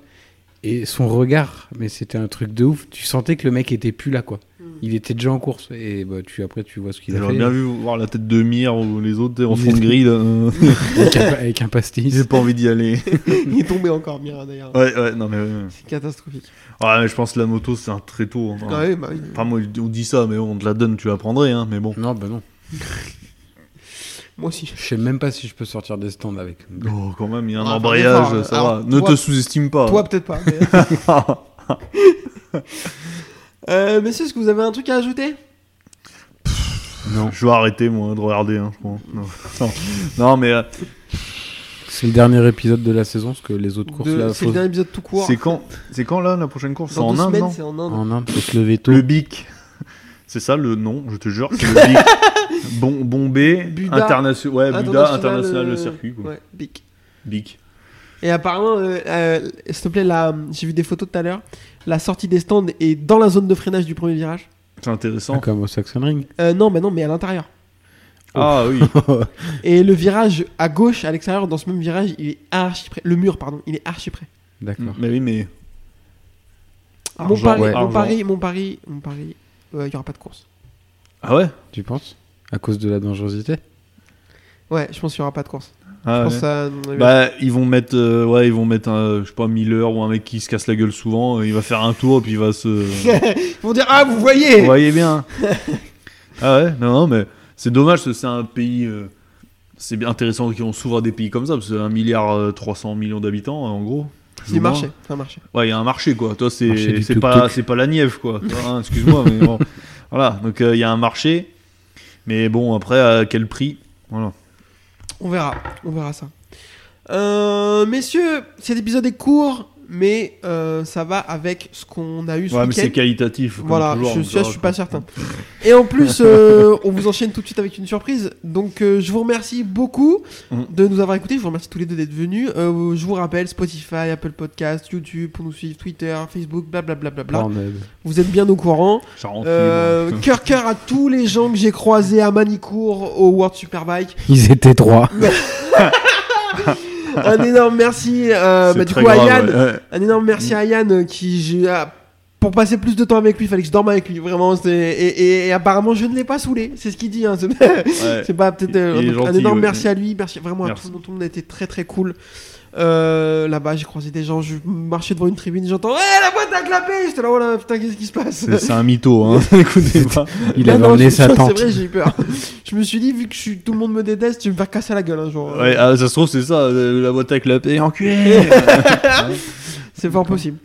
Et son regard, mais c'était un truc de ouf. Tu sentais que le mec était plus là, quoi. Il était déjà en course. Et bah, tu après, tu vois ce qu'il a J'aurais fait bien vu voir la tête de Mire ou les autres en Il fond de est- grille. *laughs* là, euh, avec, un, avec un J'ai pastis. pas envie d'y aller. il est tombé encore, Mira d'ailleurs. Ouais, ouais, non, mais. ouais. C'est catastrophique. Ouais, mais je pense que la moto, c'est un très tôt. hein. Ouais, bah oui. Enfin, moi, on dit ça, mais on te la donne, tu la prendrais, hein, mais bon. Non, bah non. Moi aussi. Je sais même pas si je peux sortir des stands avec. Oh, quand même, il y a un Ouais, enfin, embrayage, des fois, hein. ça alors, va. Ne toi- te sous-estime pas. hein. Toi, peut-être pas. Mais... *laughs* Euh, messieurs, est-ce que vous avez un truc à ajouter Non. je vais arrêter, moi, de regarder, hein, je crois. Non, *laughs* non. Non, mais euh, C'est le dernier épisode de la saison, parce que les autres courses De- là, C'est faut- le dernier épisode tout court. c'est quand, c'est quand là, la prochaine course C'est Dans en deux Inde, semaines, non c'est en Inde. en Inde, faut se lever tôt. Le BIC. C'est ça le nom, je te jure, c'est le BIC. *laughs* Bon, Bombay, Buda. international, ouais, Buda, international, euh, le circuit, quoi. Ouais, Bic. BIC. Et apparemment, euh, euh, s'il te plaît, là, j'ai vu des photos tout à l'heure. La sortie des stands est dans la zone de freinage du premier virage. C'est Ah, intéressant. Comme au Saxon Ring. Euh, non, mais non, mais à l'intérieur. Ah oui. Et le virage à gauche, à l'extérieur, dans ce même virage, il est archi près. Le mur, pardon, il est archi près. D'accord. mais oui, mais. Mon Argent, pari, ouais. mon Argent. pari, mon pari, mon pari, euh, il y aura pas de course. Ah ouais Tu penses À cause de la dangerosité Ouais, je pense qu'il y aura pas de course. Ah Je pense ouais. à- Bah, ils vont mettre, euh, ouais, ils vont mettre, un, je sais pas, Miller ou un mec qui se casse la gueule souvent. euh, Il va faire un tour, puis il va se. *laughs* Ils vont dire ah vous voyez. Vous voyez bien. ah ouais, non, non, mais c'est dommage, parce que c'est un pays. euh, c'est bien intéressant qu'on s'ouvre à des pays comme ça, parce que 1 milliard euh, 300 millions d'habitants, en gros. C'est un marché, c'est un marché. Ouais, il y a un marché, quoi. Toi, Marché c'est du c'est tuk-tuk. pas, c'est pas la Nièvre, quoi. Tu vois, hein, Excuse-moi, mais *laughs* bon. Voilà, donc euh, il y a un marché. Mais bon, après, à quel prix Voilà. On verra, on verra ça. Euh, messieurs, cet épisode est court, mais euh, ça va avec ce qu'on a eu ce Ouais, mais c'est week-end. qualitatif. comme Voilà, toujours, je, donc ça, ça je va, suis pas *laughs* certain. Et en plus, euh, on vous enchaîne tout de suite avec une surprise. Donc, euh, je vous remercie beaucoup Mm. de nous avoir écoutés. Je vous remercie tous les deux d'être venus. Euh, je vous rappelle Spotify, Apple Podcast, YouTube pour nous suivre, Twitter, Facebook, blablabla. Pornhub. Vous êtes bien au courant. Charenton, Euh, moi. cœur cœur à tous les gens que j'ai croisés à Manicourt au World Superbike. Ils étaient Mm. trois. *laughs* un énorme merci euh, C'est bah, du très coup à grave, Yann ouais. Ouais. un énorme merci à Yann euh, qui j'ai ah, pour passer plus de temps avec lui il fallait que je dorme avec lui vraiment c'est- et, et- et apparemment je ne l'ai pas saoulé c'est ce qu'il dit hein, c'est Ouais. *laughs* c'est pas peut-être Il- euh, il est donc, un gentil, énorme ouais. merci à lui merci vraiment à Merci. tout le monde tout le monde a été très très cool Euh, là-bas j'ai croisé des gens je marchais devant une tribune j'entends ouais la boîte à clapet j'étais là oh là putain qu'est-ce qui se passe C'est- C'est un *laughs* mytho, hein. Écoutez pas. Il Ah avait non, emmené je- sa C'est tante. vrai, j'ai eu peur. *laughs* je me suis dit, vu que je suis, tout le monde me déteste, je vais me faire casser la gueule un jour. Ouais, ah, ça se trouve, c'est ça, euh, la boîte avec la paix. Enculé C'est fort possible.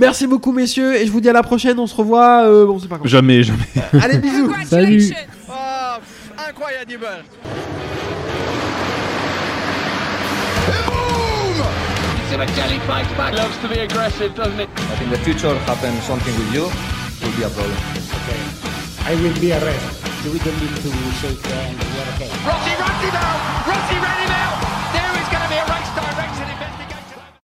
Merci beaucoup, messieurs, et je vous dis à la prochaine. On se revoit. euh, bon, c'est pas grave. Jamais, jamais. Allez, bisous. Salut Ah, pff, incroyable. Sivacelli fights back. Loves to be aggressive, doesn't he? But in the future, happen something with you, will be a problem. I will be arrested. We don't need to shake hands. We are okay. Rossi runs him out. Rossi ran him out.